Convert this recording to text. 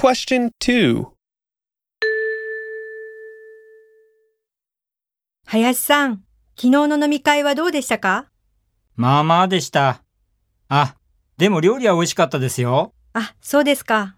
Question 2. 林さん、昨日の飲み会はどうでしたかまあまあでした。あ、でも料理は美味しかったですよ。あ、そうですか。